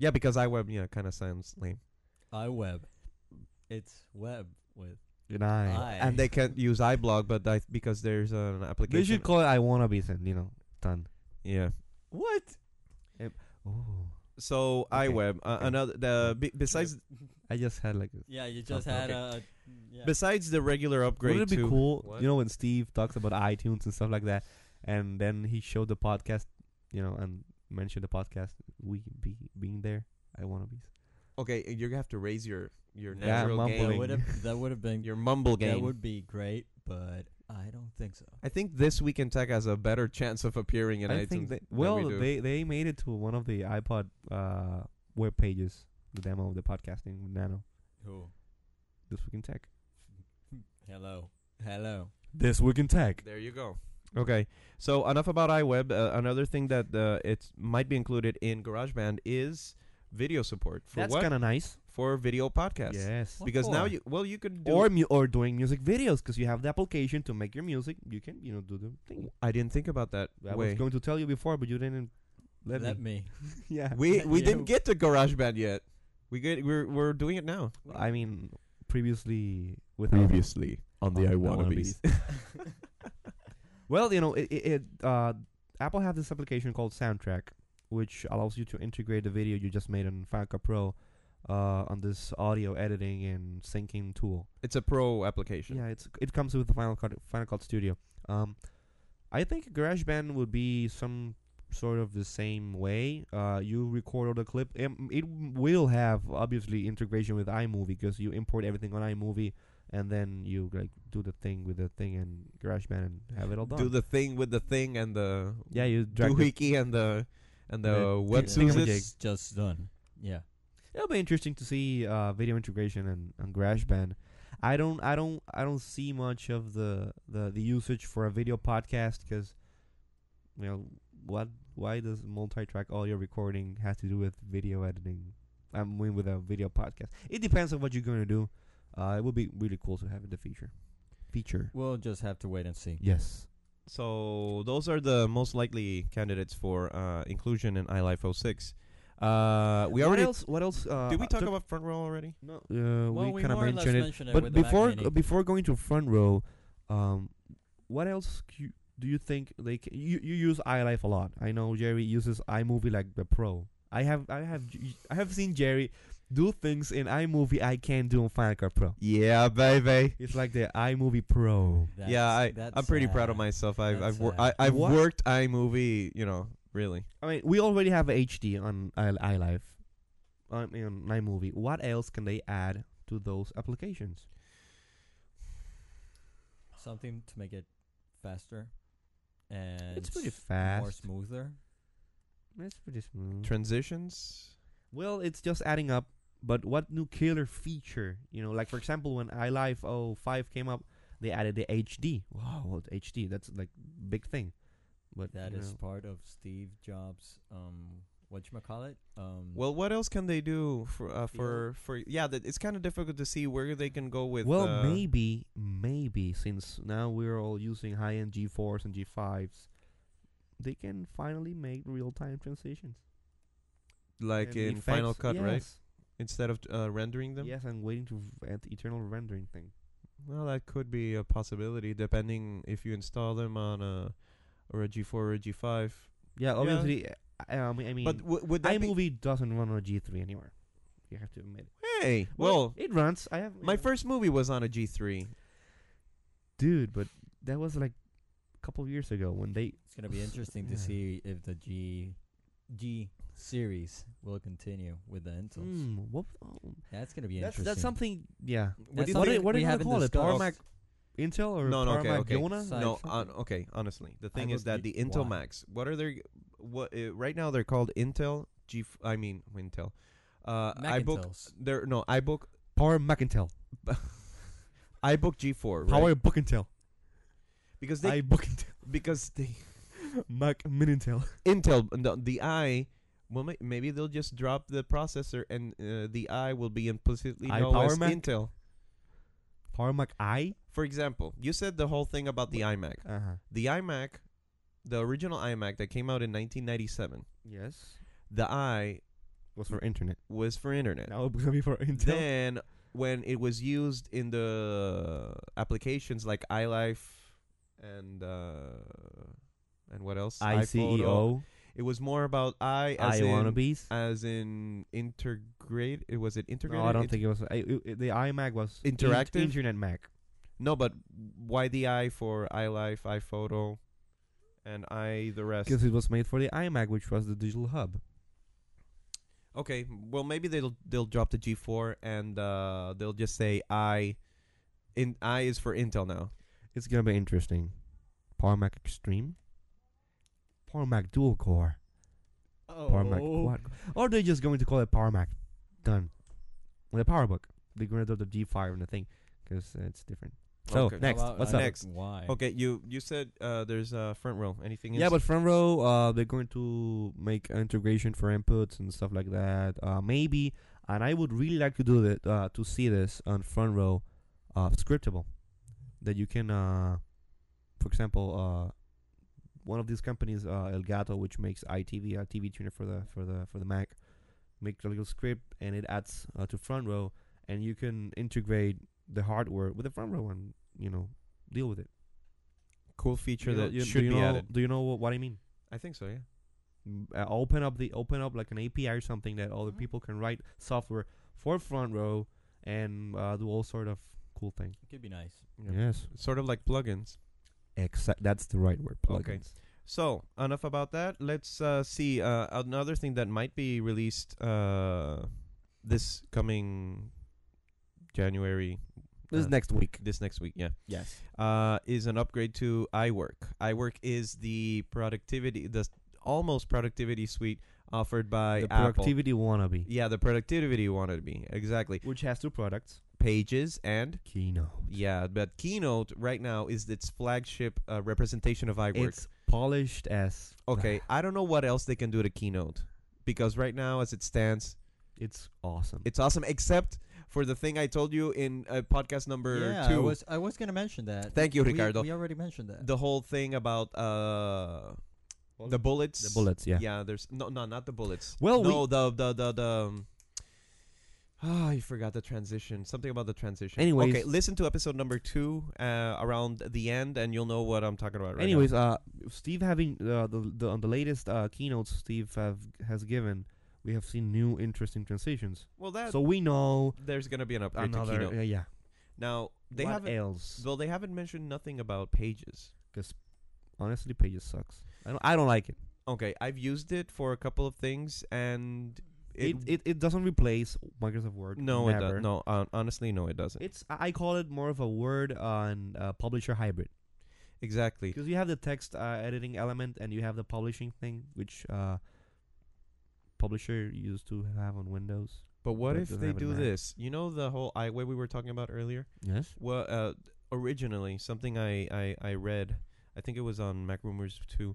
[SPEAKER 1] Yeah, because iWeb, you know, kind of sounds lame,
[SPEAKER 3] iWeb. It's web with
[SPEAKER 2] An I.
[SPEAKER 3] I.
[SPEAKER 1] and they can't use iBlog, but I, because there's an application.
[SPEAKER 2] They should call it I wanna be sent, you know, done.
[SPEAKER 1] yeah.
[SPEAKER 3] what?
[SPEAKER 2] Oh,
[SPEAKER 1] So
[SPEAKER 2] Okay.
[SPEAKER 1] iWeb, uh,
[SPEAKER 2] Okay.
[SPEAKER 1] another the be, besides
[SPEAKER 2] I just had like. a-
[SPEAKER 3] Yeah, you just
[SPEAKER 2] Okay.
[SPEAKER 3] had
[SPEAKER 1] Okay.
[SPEAKER 3] a. Yeah.
[SPEAKER 1] besides the regular upgrade
[SPEAKER 2] Wouldn't it be
[SPEAKER 1] to
[SPEAKER 2] cool?
[SPEAKER 1] What?
[SPEAKER 2] You know when Steve talks about iTunes and stuff like that, and then he showed the podcast, you know, and mentioned the podcast we be being there. I wanna be.
[SPEAKER 1] Okay, you're gonna have to raise your your
[SPEAKER 2] Yeah,
[SPEAKER 1] natural
[SPEAKER 2] mumbling.
[SPEAKER 3] that
[SPEAKER 1] game,
[SPEAKER 3] would have that would have been
[SPEAKER 1] your mumble
[SPEAKER 3] that
[SPEAKER 1] game.
[SPEAKER 3] would be great, but I don't think so.
[SPEAKER 1] I think this week in tech has a better chance of appearing in
[SPEAKER 2] I
[SPEAKER 1] iTunes.
[SPEAKER 2] think
[SPEAKER 1] than
[SPEAKER 2] they, well
[SPEAKER 1] we do.
[SPEAKER 2] they they made it to one of the iPod uh web pages, the demo of the podcasting with Nano.
[SPEAKER 3] Cool.
[SPEAKER 2] This week in tech.
[SPEAKER 3] Hello. Hello.
[SPEAKER 2] This week in tech.
[SPEAKER 1] There you go. Okay, so enough about iWeb. Uh, another thing that uh, it might be included in GarageBand is video support for
[SPEAKER 2] That's
[SPEAKER 1] what
[SPEAKER 2] kind of nice.
[SPEAKER 1] for video podcasts.
[SPEAKER 2] Yes.
[SPEAKER 3] What
[SPEAKER 1] Because now
[SPEAKER 3] for?
[SPEAKER 1] you well you could do.
[SPEAKER 2] Or mu- or doing music videos because you have the application to make your music. You can you know do the thing.
[SPEAKER 1] I didn't think about that.
[SPEAKER 2] I
[SPEAKER 1] way.
[SPEAKER 2] was going to tell you before, but you didn't let,
[SPEAKER 3] Let,
[SPEAKER 2] me.
[SPEAKER 3] me.
[SPEAKER 2] yeah.
[SPEAKER 1] we we
[SPEAKER 3] Yeah.
[SPEAKER 1] didn't get to GarageBand yet. We get we're we're doing it now.
[SPEAKER 2] I mean, previously with
[SPEAKER 1] on
[SPEAKER 2] the I Wannabes. Well, you know, it, it, it uh, Apple have this application called Soundtrack, which allows you to integrate the video you just made on Final Cut Pro uh, on this audio editing and syncing tool.
[SPEAKER 1] It's a pro application.
[SPEAKER 2] Yeah, it's it comes with the Final Cut Final Cut Studio. Um, I think GarageBand would be some sort of the same way. Uh, you record all the clip. Um, it will have obviously integration with iMovie because you import everything on iMovie and then you like do the thing with the thing in GarageBand and have it all done.
[SPEAKER 1] do the thing with the thing and the
[SPEAKER 2] yeah, you drag. the-
[SPEAKER 1] doohickey and the and the,
[SPEAKER 2] The
[SPEAKER 1] wetsuits.
[SPEAKER 2] thingamajig.
[SPEAKER 1] It's-
[SPEAKER 3] It's just done. Yeah.
[SPEAKER 2] It'll be interesting to see uh, video integration and, and GarageBand. I don't, I don't, I don't see much of the the, the usage for a video podcast because, you know, what? Why does multi-track audio recording has to do with video editing? I mean, with a video podcast, it depends on what you're going to do. Uh, it would be really cool to have the feature. Feature.
[SPEAKER 3] We'll just have to wait and see.
[SPEAKER 2] Yes.
[SPEAKER 1] So those are the most likely candidates for uh, inclusion in iLife 06. Uh, we
[SPEAKER 2] what
[SPEAKER 1] already
[SPEAKER 2] else? What else? Uh,
[SPEAKER 1] did we talk
[SPEAKER 2] took-
[SPEAKER 1] about front row already?
[SPEAKER 2] No. Uh,
[SPEAKER 3] well,
[SPEAKER 2] we,
[SPEAKER 3] we
[SPEAKER 2] kind of
[SPEAKER 3] more or less
[SPEAKER 2] mentioned it.
[SPEAKER 3] mentioned it
[SPEAKER 2] But
[SPEAKER 3] with the Mac
[SPEAKER 2] before
[SPEAKER 3] Mini.
[SPEAKER 2] uh, before going to front row, um, what else c- you- do you think? Like you, you use iLife a lot. I know Jerry uses iMovie like the pro. I have I have j- I have seen Jerry do things in iMovie I can't do on Final Cut Pro.
[SPEAKER 1] Yeah, baby.
[SPEAKER 2] It's like the iMovie Pro.
[SPEAKER 3] That's-
[SPEAKER 1] yeah, I, I'm
[SPEAKER 3] that's,
[SPEAKER 1] pretty proud of
[SPEAKER 3] uh,
[SPEAKER 1] myself. I've I've,
[SPEAKER 3] that's,
[SPEAKER 1] wor-
[SPEAKER 3] uh,
[SPEAKER 1] I, I've
[SPEAKER 2] What?
[SPEAKER 1] worked iMovie. You know, really.
[SPEAKER 2] I mean, we already have HD on i iLife, I mean on iMovie. What else can they add to those applications?
[SPEAKER 3] Something to make it faster and
[SPEAKER 2] It's pretty
[SPEAKER 3] s- more
[SPEAKER 2] fast.
[SPEAKER 3] smoother.
[SPEAKER 2] That's pretty smooth.
[SPEAKER 1] Transitions.
[SPEAKER 2] Well, it's just adding up But what new killer feature? You know, like for example, when iLife 05 came up, they added the HD. Wow, well, HD. That's like big thing. But
[SPEAKER 3] That
[SPEAKER 2] you
[SPEAKER 3] is
[SPEAKER 2] know,
[SPEAKER 3] part of Steve Jobs. Um, what you call it? Um,
[SPEAKER 1] Well, what else can they do for uh, for for? Yeah, that it's kind of difficult to see where they can go with.
[SPEAKER 2] well,
[SPEAKER 1] uh,
[SPEAKER 2] maybe, maybe since now we're all using high-end G4s and G5s, they can finally make real-time transitions.
[SPEAKER 1] like in
[SPEAKER 2] And
[SPEAKER 1] Final Cut,
[SPEAKER 2] effects.
[SPEAKER 1] right?
[SPEAKER 2] Yes.
[SPEAKER 1] Instead of uh, rendering them.
[SPEAKER 2] Yes, I'm waiting to v- at the eternal rendering thing.
[SPEAKER 1] Well, that could be a possibility, depending if you install them on a or a G4 or a G5.
[SPEAKER 2] Yeah, obviously. uh, I mean, I mean,
[SPEAKER 1] But w- would that be?
[SPEAKER 2] iMovie doesn't run on a G3 anymore. You have to admit. it.
[SPEAKER 1] Hey, well,
[SPEAKER 2] it runs. I have
[SPEAKER 1] my
[SPEAKER 2] yeah.
[SPEAKER 1] first movie was on a G3.
[SPEAKER 2] dude, but that was like a couple of years ago when they.
[SPEAKER 3] it's gonna be interesting to
[SPEAKER 2] Yeah.
[SPEAKER 3] see if the G G series will continue with the Intels.
[SPEAKER 2] Mm, what? Oh,
[SPEAKER 3] That's gonna be
[SPEAKER 2] that's
[SPEAKER 3] interesting.
[SPEAKER 2] that's something. Yeah.
[SPEAKER 1] What do you
[SPEAKER 2] what
[SPEAKER 1] think?
[SPEAKER 2] do- what do
[SPEAKER 3] we
[SPEAKER 2] you wanna
[SPEAKER 3] haven't
[SPEAKER 2] call it? Power
[SPEAKER 3] discussed.
[SPEAKER 2] Mac- Intel or
[SPEAKER 1] No, no, okay,
[SPEAKER 2] Paramac
[SPEAKER 1] okay.
[SPEAKER 2] Yona?
[SPEAKER 3] Sci-
[SPEAKER 1] No,
[SPEAKER 2] uh,
[SPEAKER 3] something.
[SPEAKER 1] on, okay. Honestly, the thing
[SPEAKER 3] would
[SPEAKER 1] is that
[SPEAKER 3] be-
[SPEAKER 1] the Intel
[SPEAKER 3] why?
[SPEAKER 1] Max. What are their? What uh, right now they're called Intel G. f- I mean Intel. Uh, iBook.
[SPEAKER 3] Macintels.
[SPEAKER 1] They're no iBook.
[SPEAKER 2] Power Mac Intel.
[SPEAKER 1] iBook G4. Right?
[SPEAKER 2] Power Book Intel.
[SPEAKER 1] because they
[SPEAKER 2] I Book Intel.
[SPEAKER 1] because they
[SPEAKER 2] Mac Min Intel.
[SPEAKER 1] Intel no, the i well may- maybe they'll just drop the processor and uh, the i will be implicitly
[SPEAKER 2] I
[SPEAKER 1] known
[SPEAKER 2] Power
[SPEAKER 1] as
[SPEAKER 2] Mac?
[SPEAKER 1] Intel.
[SPEAKER 2] Power Mac I.
[SPEAKER 1] For example, you said the whole thing about the iMac.
[SPEAKER 2] Uh huh.
[SPEAKER 1] The iMac, the original iMac that came out in 1997.
[SPEAKER 2] Yes.
[SPEAKER 1] The i
[SPEAKER 2] Was for internet.
[SPEAKER 1] was for internet.
[SPEAKER 2] Now it's Oh, gonna be for Intel.
[SPEAKER 1] Then when it was used in the applications like iLife and uh, and what else?
[SPEAKER 2] E
[SPEAKER 1] iPhoto,
[SPEAKER 2] ICEO.
[SPEAKER 1] It was more about i as
[SPEAKER 2] I
[SPEAKER 1] in
[SPEAKER 2] wannabes.
[SPEAKER 1] as in integrate it was it integrated
[SPEAKER 2] No, I don't
[SPEAKER 1] Int-
[SPEAKER 2] think it was. I, it, it- the iMac was int-
[SPEAKER 1] Interactive?
[SPEAKER 2] Internet Mac.
[SPEAKER 1] no but why the i for iLife iPhoto and i the rest
[SPEAKER 2] Because it was made for the iMac, which was the digital hub.
[SPEAKER 1] okay well maybe they'll they'll drop the G4 and uh they'll just say i in i is for Intel now
[SPEAKER 2] It's gonna be interesting. Power Mac Extreme. Power Mac Dual Core. Power Mac Quad. Or they're just going to call it Power Mac. Done. With a PowerBook, they're gonna do the G5 and the thing, because uh, it's different. So
[SPEAKER 1] Okay. How
[SPEAKER 2] next, what's
[SPEAKER 3] uh,
[SPEAKER 2] up?
[SPEAKER 1] Next.
[SPEAKER 3] Why?
[SPEAKER 1] okay you you said uh there's uh front row anything
[SPEAKER 2] Yeah,
[SPEAKER 1] else?
[SPEAKER 2] but front row, uh, they're going to make integration for inputs and stuff like that. Uh, maybe, and I would really like to do that uh, to see this on front row, uh, scriptable, that you can, uh, for example, uh, one of these companies, uh, Elgato, which makes ITV, a TV uh, tuner for the for the for the Mac, makes a little script and it adds uh, to front row, and you can integrate the hardware with the front row and you know deal with it.
[SPEAKER 1] cool feature
[SPEAKER 2] You know-
[SPEAKER 1] that
[SPEAKER 2] you-
[SPEAKER 1] should
[SPEAKER 2] do you
[SPEAKER 1] be
[SPEAKER 2] know,
[SPEAKER 1] added
[SPEAKER 2] Do you know what, what I mean?
[SPEAKER 1] I think so yeah
[SPEAKER 2] m- uh, open up the open up like an API or something that other people can write software for front row and uh, do all sort of cool things.
[SPEAKER 3] Could be nice.
[SPEAKER 1] Yeah.
[SPEAKER 2] Yes,
[SPEAKER 1] sort of like plugins
[SPEAKER 2] exact. That's the right word.
[SPEAKER 1] Okay.
[SPEAKER 2] plugins.
[SPEAKER 1] So enough about that. Let's uh, see uh, another thing that might be released uh, this coming January.
[SPEAKER 2] This is
[SPEAKER 1] uh,
[SPEAKER 2] next week.
[SPEAKER 1] This next week, yeah,
[SPEAKER 3] Yes.
[SPEAKER 1] uh, is an upgrade to iWork. iWork is the productivity, the s- almost productivity suite offered by
[SPEAKER 2] The
[SPEAKER 1] Apple.
[SPEAKER 2] productivity wannabe,
[SPEAKER 1] Yeah, the productivity you wanted to be exactly
[SPEAKER 2] which has two products.
[SPEAKER 1] pages and
[SPEAKER 2] Keynote.
[SPEAKER 1] yeah, but Keynote right now is its flagship uh, representation of iWork.
[SPEAKER 2] It's polished as
[SPEAKER 1] Okay, I don't know what else they can do to Keynote because right now, as it stands,
[SPEAKER 2] It's awesome.
[SPEAKER 1] it's awesome. Except for the thing I told you in uh, podcast number
[SPEAKER 3] yeah, I
[SPEAKER 1] two,
[SPEAKER 3] was I was gonna mention that.
[SPEAKER 1] Thank you,
[SPEAKER 3] We-
[SPEAKER 1] Ricardo.
[SPEAKER 3] We, already mentioned that.
[SPEAKER 1] the whole thing about uh, the bullets.
[SPEAKER 2] the bullets. Yeah.
[SPEAKER 1] Yeah, there's no, no, not the bullets.
[SPEAKER 2] Well, we-
[SPEAKER 1] no, the the the the. Um, Ah, I forgot the transition. Something about the transition.
[SPEAKER 2] Anyways.
[SPEAKER 1] okay, listen to episode number two uh, around the end, and you'll know what I'm talking about. Right now.
[SPEAKER 2] Anyways, uh, Steve having uh, the, the on the latest uh, keynotes Steve have has given, we have seen new interesting transitions.
[SPEAKER 1] well, that
[SPEAKER 2] So we know
[SPEAKER 1] there's gonna be an upgrade to
[SPEAKER 2] another
[SPEAKER 1] Keynote.
[SPEAKER 2] yeah, yeah.
[SPEAKER 1] Now they
[SPEAKER 2] what
[SPEAKER 1] haven't.
[SPEAKER 2] else?
[SPEAKER 1] Well, they haven't mentioned nothing about pages.
[SPEAKER 2] Because honestly, Pages sucks. I don't I don't like it.
[SPEAKER 1] Okay, I've used it for a couple of things, and
[SPEAKER 2] It
[SPEAKER 1] it,
[SPEAKER 2] it, it doesn't replace Microsoft Word.
[SPEAKER 1] no, it does,
[SPEAKER 2] never.
[SPEAKER 1] no. hon- honestly, no, it doesn't.
[SPEAKER 2] It's I I call it more of a Word and uh, publisher hybrid
[SPEAKER 1] exactly.
[SPEAKER 2] because you have the text uh, editing element and you have the publishing thing, which uh, publisher used to have on Windows.
[SPEAKER 1] But what
[SPEAKER 2] But it
[SPEAKER 1] if
[SPEAKER 2] doesn't
[SPEAKER 1] they
[SPEAKER 2] have a
[SPEAKER 1] do
[SPEAKER 2] Mac.
[SPEAKER 1] this? You know the whole iWay we were talking about earlier?
[SPEAKER 2] Yes.
[SPEAKER 1] Well, uh, originally, something I, I, I read, I think it was on Mac Rumors too,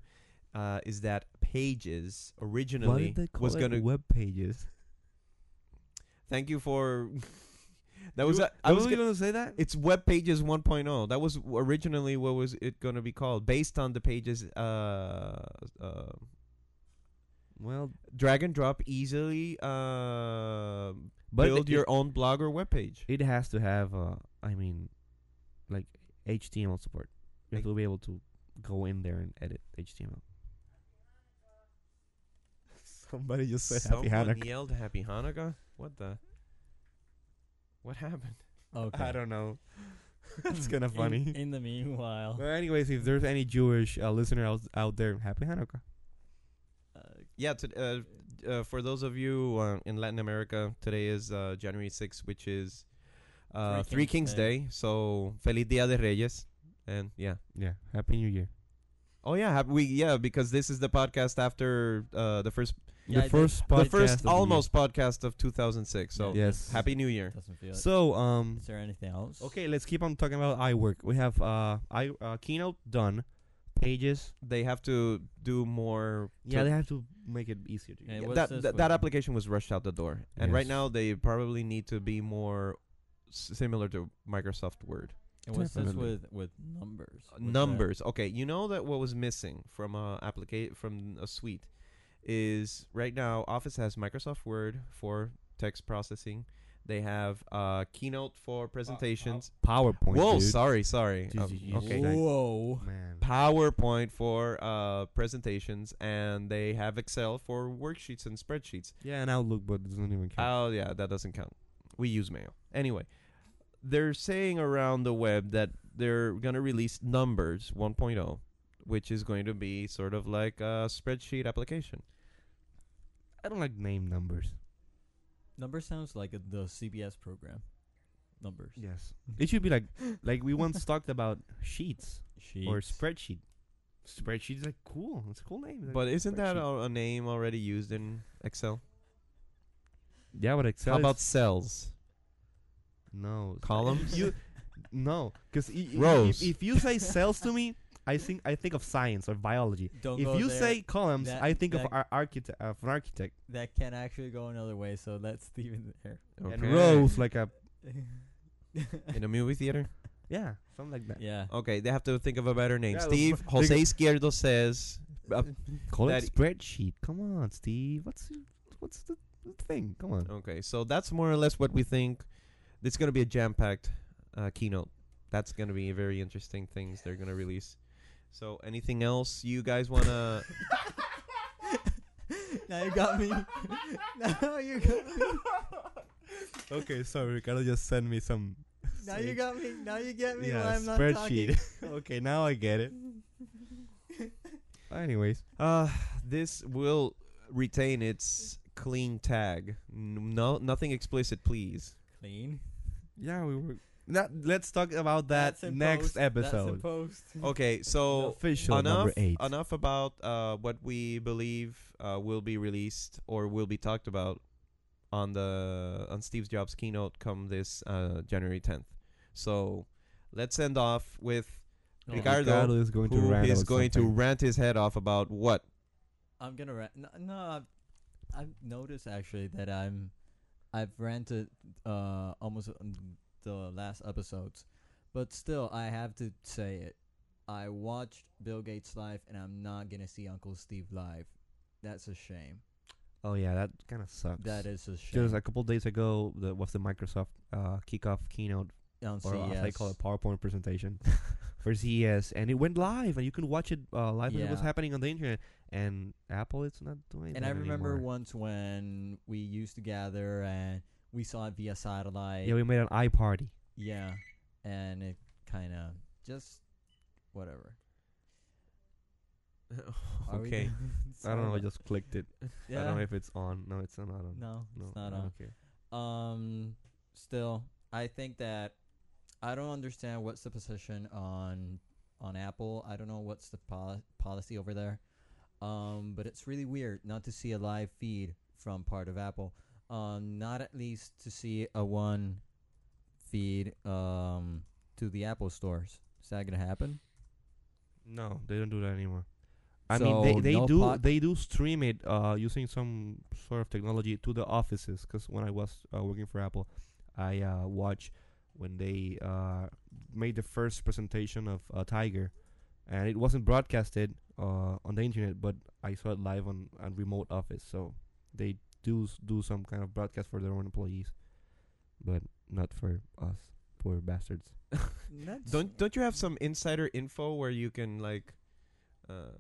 [SPEAKER 1] uh, is that Pages
[SPEAKER 2] Why
[SPEAKER 1] originally
[SPEAKER 2] did they call
[SPEAKER 1] was
[SPEAKER 2] it
[SPEAKER 1] going to.
[SPEAKER 2] web pages?
[SPEAKER 1] thank you for. that was.
[SPEAKER 2] You-
[SPEAKER 1] uh, I was.
[SPEAKER 2] you
[SPEAKER 1] Gonna,
[SPEAKER 2] gonna say that?
[SPEAKER 1] it's Web Pages 1.0. That was originally what was it going to be called, based on the Pages uh, uh,
[SPEAKER 2] well,
[SPEAKER 1] drag and drop easily uh,
[SPEAKER 2] but
[SPEAKER 1] build
[SPEAKER 2] it,
[SPEAKER 1] your own blog or web page.
[SPEAKER 2] It has to have, uh, I mean, like HTML support. You have
[SPEAKER 1] Like-
[SPEAKER 2] to be able to go in there and edit HTML. Somebody just
[SPEAKER 1] Someone yelled Happy Hanukkah. What the? What happened?
[SPEAKER 3] Okay.
[SPEAKER 2] I don't know. That's
[SPEAKER 3] Hmm.
[SPEAKER 2] kind of
[SPEAKER 3] In-
[SPEAKER 2] funny.
[SPEAKER 3] In, the meanwhile,
[SPEAKER 2] Well, anyways, if there's any Jewish uh, listener out, out there, happy Hanukkah.
[SPEAKER 3] uh,
[SPEAKER 1] Yeah, to, uh, uh, for those of you uh, in Latin America, today is uh, January 6th, which is uh, Three, Kings, Day. So, Feliz Dia de Reyes. And yeah.
[SPEAKER 2] Yeah, happy New Year.
[SPEAKER 1] Oh, yeah. hap- We Yeah, because this is the podcast after uh, the first,
[SPEAKER 3] yeah,
[SPEAKER 2] the
[SPEAKER 3] it
[SPEAKER 2] first
[SPEAKER 1] the
[SPEAKER 2] podcast of
[SPEAKER 1] first
[SPEAKER 2] year.
[SPEAKER 1] almost podcast of 2006. So,
[SPEAKER 3] Yeah.
[SPEAKER 2] Yes.
[SPEAKER 1] Happy New Year.
[SPEAKER 3] doesn't feel it.
[SPEAKER 2] So um,
[SPEAKER 3] Is there anything else?
[SPEAKER 2] okay, let's keep on talking about iWork. We have uh, I uh, keynote done, pages.
[SPEAKER 1] They have to do more.
[SPEAKER 2] Yeah,
[SPEAKER 1] to-
[SPEAKER 2] they have to make it easier to
[SPEAKER 3] Yeah,
[SPEAKER 2] use.
[SPEAKER 3] what's
[SPEAKER 1] that
[SPEAKER 3] this
[SPEAKER 1] that,
[SPEAKER 3] one?
[SPEAKER 1] that application was rushed out the door, and right
[SPEAKER 2] Yes.
[SPEAKER 1] now they probably need to be more s- similar to Microsoft Word.
[SPEAKER 3] And what's this
[SPEAKER 2] Definitely.
[SPEAKER 3] with with
[SPEAKER 1] Uh,
[SPEAKER 3] numbers? What's that?
[SPEAKER 1] Numbers, okay. You know that what was missing from a applica- from a suite is right now Office has Microsoft Word for text processing. They have uh, Keynote for presentations.
[SPEAKER 2] PowerPoint.
[SPEAKER 1] Whoa,
[SPEAKER 2] dude.
[SPEAKER 1] sorry, sorry.
[SPEAKER 2] Dude,
[SPEAKER 1] Um,
[SPEAKER 2] you- you
[SPEAKER 1] okay.
[SPEAKER 2] Exactly.
[SPEAKER 3] Whoa.
[SPEAKER 2] man.
[SPEAKER 1] PowerPoint for uh, presentations, and they have Excel for worksheets and spreadsheets.
[SPEAKER 2] Yeah, and Outlook, but it doesn't even count.
[SPEAKER 1] Oh yeah, that doesn't count. We use mail. Anyway, they're saying around the web that they're going to release numbers 1.0, which is going to be sort of like a spreadsheet application.
[SPEAKER 2] I don't like name numbers.
[SPEAKER 3] Number sounds like a, the CBS program. Numbers.
[SPEAKER 2] Yes, it should be like like we once talked about sheets or
[SPEAKER 3] Sheets.
[SPEAKER 2] spreadsheet. Spreadsheet's like cool. It's a cool name. Like
[SPEAKER 1] But isn't that
[SPEAKER 2] spreadsheet.
[SPEAKER 1] a, a name already used in Excel?
[SPEAKER 2] yeah? But Excel
[SPEAKER 1] How
[SPEAKER 2] is-
[SPEAKER 1] about cells?
[SPEAKER 2] no
[SPEAKER 1] Columns?
[SPEAKER 2] You no, because
[SPEAKER 1] Rows.
[SPEAKER 2] if, if you say cells to me, I think I think of science or biology.
[SPEAKER 3] Don't
[SPEAKER 2] if
[SPEAKER 3] go
[SPEAKER 2] you
[SPEAKER 3] there.
[SPEAKER 2] say columns,
[SPEAKER 3] That-
[SPEAKER 2] I think of
[SPEAKER 3] that-
[SPEAKER 2] ar- architect of an architect
[SPEAKER 3] that can actually go another way, so let's leave it there.
[SPEAKER 1] Okay.
[SPEAKER 2] and rows like a
[SPEAKER 1] in a movie theater?
[SPEAKER 2] yeah something like that.
[SPEAKER 3] yeah.
[SPEAKER 1] Okay, they have to think of a better name.
[SPEAKER 2] Yeah,
[SPEAKER 1] Steve
[SPEAKER 2] but-
[SPEAKER 1] Jose Izquierdo says uh,
[SPEAKER 2] Call
[SPEAKER 1] That-
[SPEAKER 2] it spreadsheet. Come on, Steve. What's what's the thing? Come on.
[SPEAKER 1] Okay, so that's more or less what we think. It's going to be a jam-packed uh, keynote. That's going to be very interesting things they're going to release. So, anything else you guys want to?
[SPEAKER 3] now you got me. now you got me.
[SPEAKER 2] Okay, sorry, Ricardo just sent me some.
[SPEAKER 3] Now you
[SPEAKER 2] Sweet.
[SPEAKER 3] got me. Now you get me.
[SPEAKER 2] yeah,
[SPEAKER 3] while I'm not
[SPEAKER 2] spreadsheet.
[SPEAKER 3] talking.
[SPEAKER 2] okay, now I get it. Anyways,
[SPEAKER 1] Uh, this will retain its clean tag. N- No, nothing explicit, please.
[SPEAKER 3] Clean.
[SPEAKER 2] yeah, we were. Not, let's talk about that
[SPEAKER 3] That's in
[SPEAKER 2] next
[SPEAKER 3] post. That's in
[SPEAKER 2] episode.
[SPEAKER 3] post.
[SPEAKER 1] Okay, so
[SPEAKER 2] Official
[SPEAKER 1] Oh, enough,
[SPEAKER 2] number eight.
[SPEAKER 1] enough about uh, what we believe uh, will be released or will be talked about on the on Steve Jobs keynote come this uh, January 10th. So let's end off with
[SPEAKER 2] Oh,
[SPEAKER 3] No,
[SPEAKER 1] Ricardo,
[SPEAKER 2] is going
[SPEAKER 1] who
[SPEAKER 2] rant
[SPEAKER 1] is
[SPEAKER 2] about
[SPEAKER 1] going to
[SPEAKER 2] something.
[SPEAKER 1] rant his head off about what?
[SPEAKER 3] I'm gonna rant. No, no I've, I've noticed actually that I'm, I've ranted uh almost um, the last episodes, but still I have to say it. I watched Bill Gates live, and I'm not gonna see Uncle Steve live. That's a shame.
[SPEAKER 2] Oh yeah, that kind of sucks.
[SPEAKER 3] That is a shame.
[SPEAKER 2] Just a couple days ago, that was the Microsoft uh, kickoff keynote,
[SPEAKER 3] on
[SPEAKER 2] or as they call
[SPEAKER 3] CES.
[SPEAKER 2] it, PowerPoint presentation for CES, and it went live, and you can watch it uh, live as it was
[SPEAKER 3] Yeah.
[SPEAKER 2] happening on the internet. And Apple, it's not doing.
[SPEAKER 3] And
[SPEAKER 2] that
[SPEAKER 3] I remember
[SPEAKER 2] anymore.
[SPEAKER 3] once when we used to gather and we saw it via satellite.
[SPEAKER 2] Yeah, we made an iParty.
[SPEAKER 3] Yeah, and it kind of just whatever. Are we
[SPEAKER 1] okay.
[SPEAKER 3] doing-
[SPEAKER 2] I don't know.
[SPEAKER 3] Sorry.
[SPEAKER 2] I just clicked it.
[SPEAKER 3] yeah.
[SPEAKER 2] I don't know if it's on. No, it's not on.
[SPEAKER 3] no,
[SPEAKER 2] no
[SPEAKER 3] it's not
[SPEAKER 2] I don't
[SPEAKER 3] on.
[SPEAKER 2] care.
[SPEAKER 3] Um, still, I think that I don't understand what's the position on on Apple. I don't know what's the poli- policy over there. Um, but it's really weird not to see a live feed from part of Apple. um, not at least to see a one feed um, to the Apple stores. Is that gonna happen?
[SPEAKER 2] No, they don't do that anymore. I mean, they,
[SPEAKER 3] So
[SPEAKER 2] they
[SPEAKER 3] no
[SPEAKER 2] do
[SPEAKER 3] pod-
[SPEAKER 2] they do stream it uh, using some sort of technology to the offices. Because when I was uh, working for Apple, I uh, watched when they uh, made the first presentation of uh, Tiger, and it wasn't broadcasted uh, on the internet, but I saw it live on a remote office. So they do s- do some kind of broadcast for their own employees, but not for us poor bastards.
[SPEAKER 3] That's-
[SPEAKER 1] Don't don't you have some insider info where you can like, uh,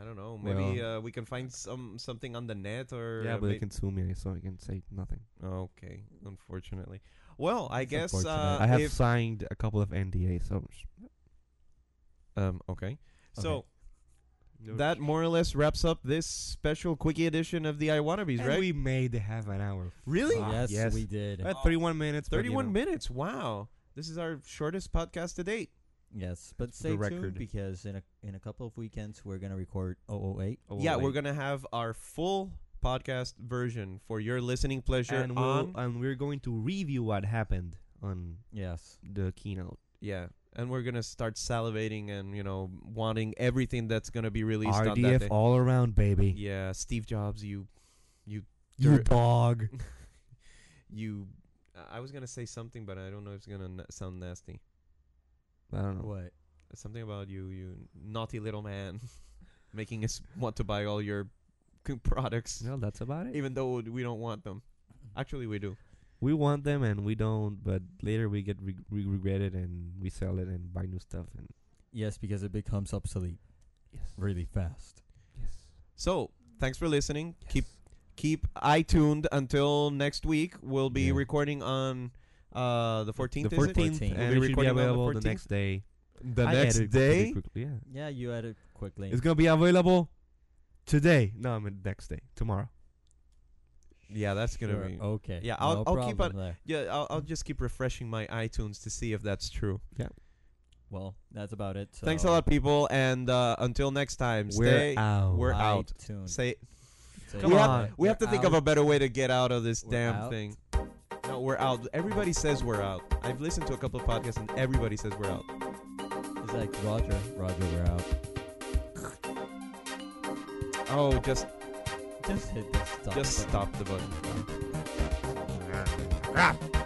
[SPEAKER 1] I don't know, maybe uh, we can find some something on the net or
[SPEAKER 2] yeah, but
[SPEAKER 1] may-
[SPEAKER 2] they can sue me, so I can say nothing.
[SPEAKER 1] Okay, unfortunately. Well, I
[SPEAKER 3] It's
[SPEAKER 1] guess
[SPEAKER 3] unfortunate.
[SPEAKER 1] uh,
[SPEAKER 2] I have
[SPEAKER 1] if
[SPEAKER 2] signed a couple of NDAs, so.
[SPEAKER 1] um okay. So
[SPEAKER 2] No
[SPEAKER 1] that more or less wraps up this special quickie edition of the I Wannabes,
[SPEAKER 2] And
[SPEAKER 1] right?
[SPEAKER 2] we made have an hour.
[SPEAKER 1] really?
[SPEAKER 2] Ah,
[SPEAKER 3] yes,
[SPEAKER 2] yes.
[SPEAKER 3] we did.
[SPEAKER 2] At 31 minutes. but, you
[SPEAKER 1] 31
[SPEAKER 2] know.
[SPEAKER 1] minutes. Wow. This is our shortest podcast to date.
[SPEAKER 3] Yes, but stay tuned
[SPEAKER 2] record.
[SPEAKER 3] because in a in a couple of weekends we're gonna record 008.
[SPEAKER 2] Oh,
[SPEAKER 1] yeah,
[SPEAKER 2] wait.
[SPEAKER 1] we're going to have our full podcast version for your listening pleasure
[SPEAKER 2] and,
[SPEAKER 1] on
[SPEAKER 2] we'll, and we're going to review what happened on
[SPEAKER 3] Yes,
[SPEAKER 2] the keynote.
[SPEAKER 1] yeah, and we're going to start salivating and, you know, wanting everything that's going to be released on that day.
[SPEAKER 2] RDF all around, baby.
[SPEAKER 1] yeah, Steve Jobs, you
[SPEAKER 2] You
[SPEAKER 1] You're-
[SPEAKER 2] dog.
[SPEAKER 1] you I I was going to say something but I don't know if it's going to na- sound nasty.
[SPEAKER 2] I don't know.
[SPEAKER 3] what?
[SPEAKER 1] Something about you, you naughty little man making us want to buy all your c- products
[SPEAKER 2] Well, that's about it.
[SPEAKER 1] even though we don't want them.
[SPEAKER 2] Mm-hmm.
[SPEAKER 1] Actually, we do.
[SPEAKER 2] We want them and we don't, but later we get re- re- regret it and we sell it and buy new stuff. And
[SPEAKER 3] Yes, because it becomes obsolete
[SPEAKER 2] yes,
[SPEAKER 3] really fast.
[SPEAKER 2] yes.
[SPEAKER 1] So, thanks for listening. Keep
[SPEAKER 2] yes.
[SPEAKER 1] keep iTuned until next week. We'll be
[SPEAKER 2] Yeah.
[SPEAKER 1] recording on uh the 14th.
[SPEAKER 2] the
[SPEAKER 1] is it?
[SPEAKER 2] 14th,
[SPEAKER 3] 14th.
[SPEAKER 2] and
[SPEAKER 1] We'll be
[SPEAKER 2] it should be
[SPEAKER 1] recording on the
[SPEAKER 2] available the,
[SPEAKER 1] 14th.
[SPEAKER 2] next day.
[SPEAKER 1] The
[SPEAKER 2] I
[SPEAKER 1] next
[SPEAKER 2] added pretty
[SPEAKER 1] day.
[SPEAKER 2] quickly, Yeah.
[SPEAKER 3] Yeah, you added quickly.
[SPEAKER 2] It's gonna be available today. No, I mean next day, tomorrow.
[SPEAKER 1] Yeah, that's gonna
[SPEAKER 3] Sure,
[SPEAKER 1] be.
[SPEAKER 3] okay.
[SPEAKER 1] Yeah, I'll-
[SPEAKER 3] no
[SPEAKER 1] I'll keep
[SPEAKER 3] problem there.
[SPEAKER 1] Yeah, I'll, I'll just keep refreshing my iTunes to see if that's true.
[SPEAKER 2] Oh.
[SPEAKER 3] Well, that's about it. So
[SPEAKER 1] Thanks a lot, people, and uh, until next time, stay.
[SPEAKER 2] We're out.
[SPEAKER 1] We're out.
[SPEAKER 3] iTunes.
[SPEAKER 1] Say
[SPEAKER 3] Say
[SPEAKER 2] Come
[SPEAKER 1] we
[SPEAKER 3] goodbye.
[SPEAKER 2] on.
[SPEAKER 1] have, we have to
[SPEAKER 3] We're
[SPEAKER 1] think of
[SPEAKER 3] out.
[SPEAKER 1] a better way to get out of this
[SPEAKER 3] We're
[SPEAKER 1] damn
[SPEAKER 3] out.
[SPEAKER 1] thing. No, we're out. Everybody says we're out. I've listened to a couple of podcasts and everybody says we're out.
[SPEAKER 3] It's like Roger. Roger, we're out.
[SPEAKER 1] Oh, just
[SPEAKER 3] Just hit the stop.
[SPEAKER 1] just stop
[SPEAKER 3] button.
[SPEAKER 1] the button.
[SPEAKER 2] Ah.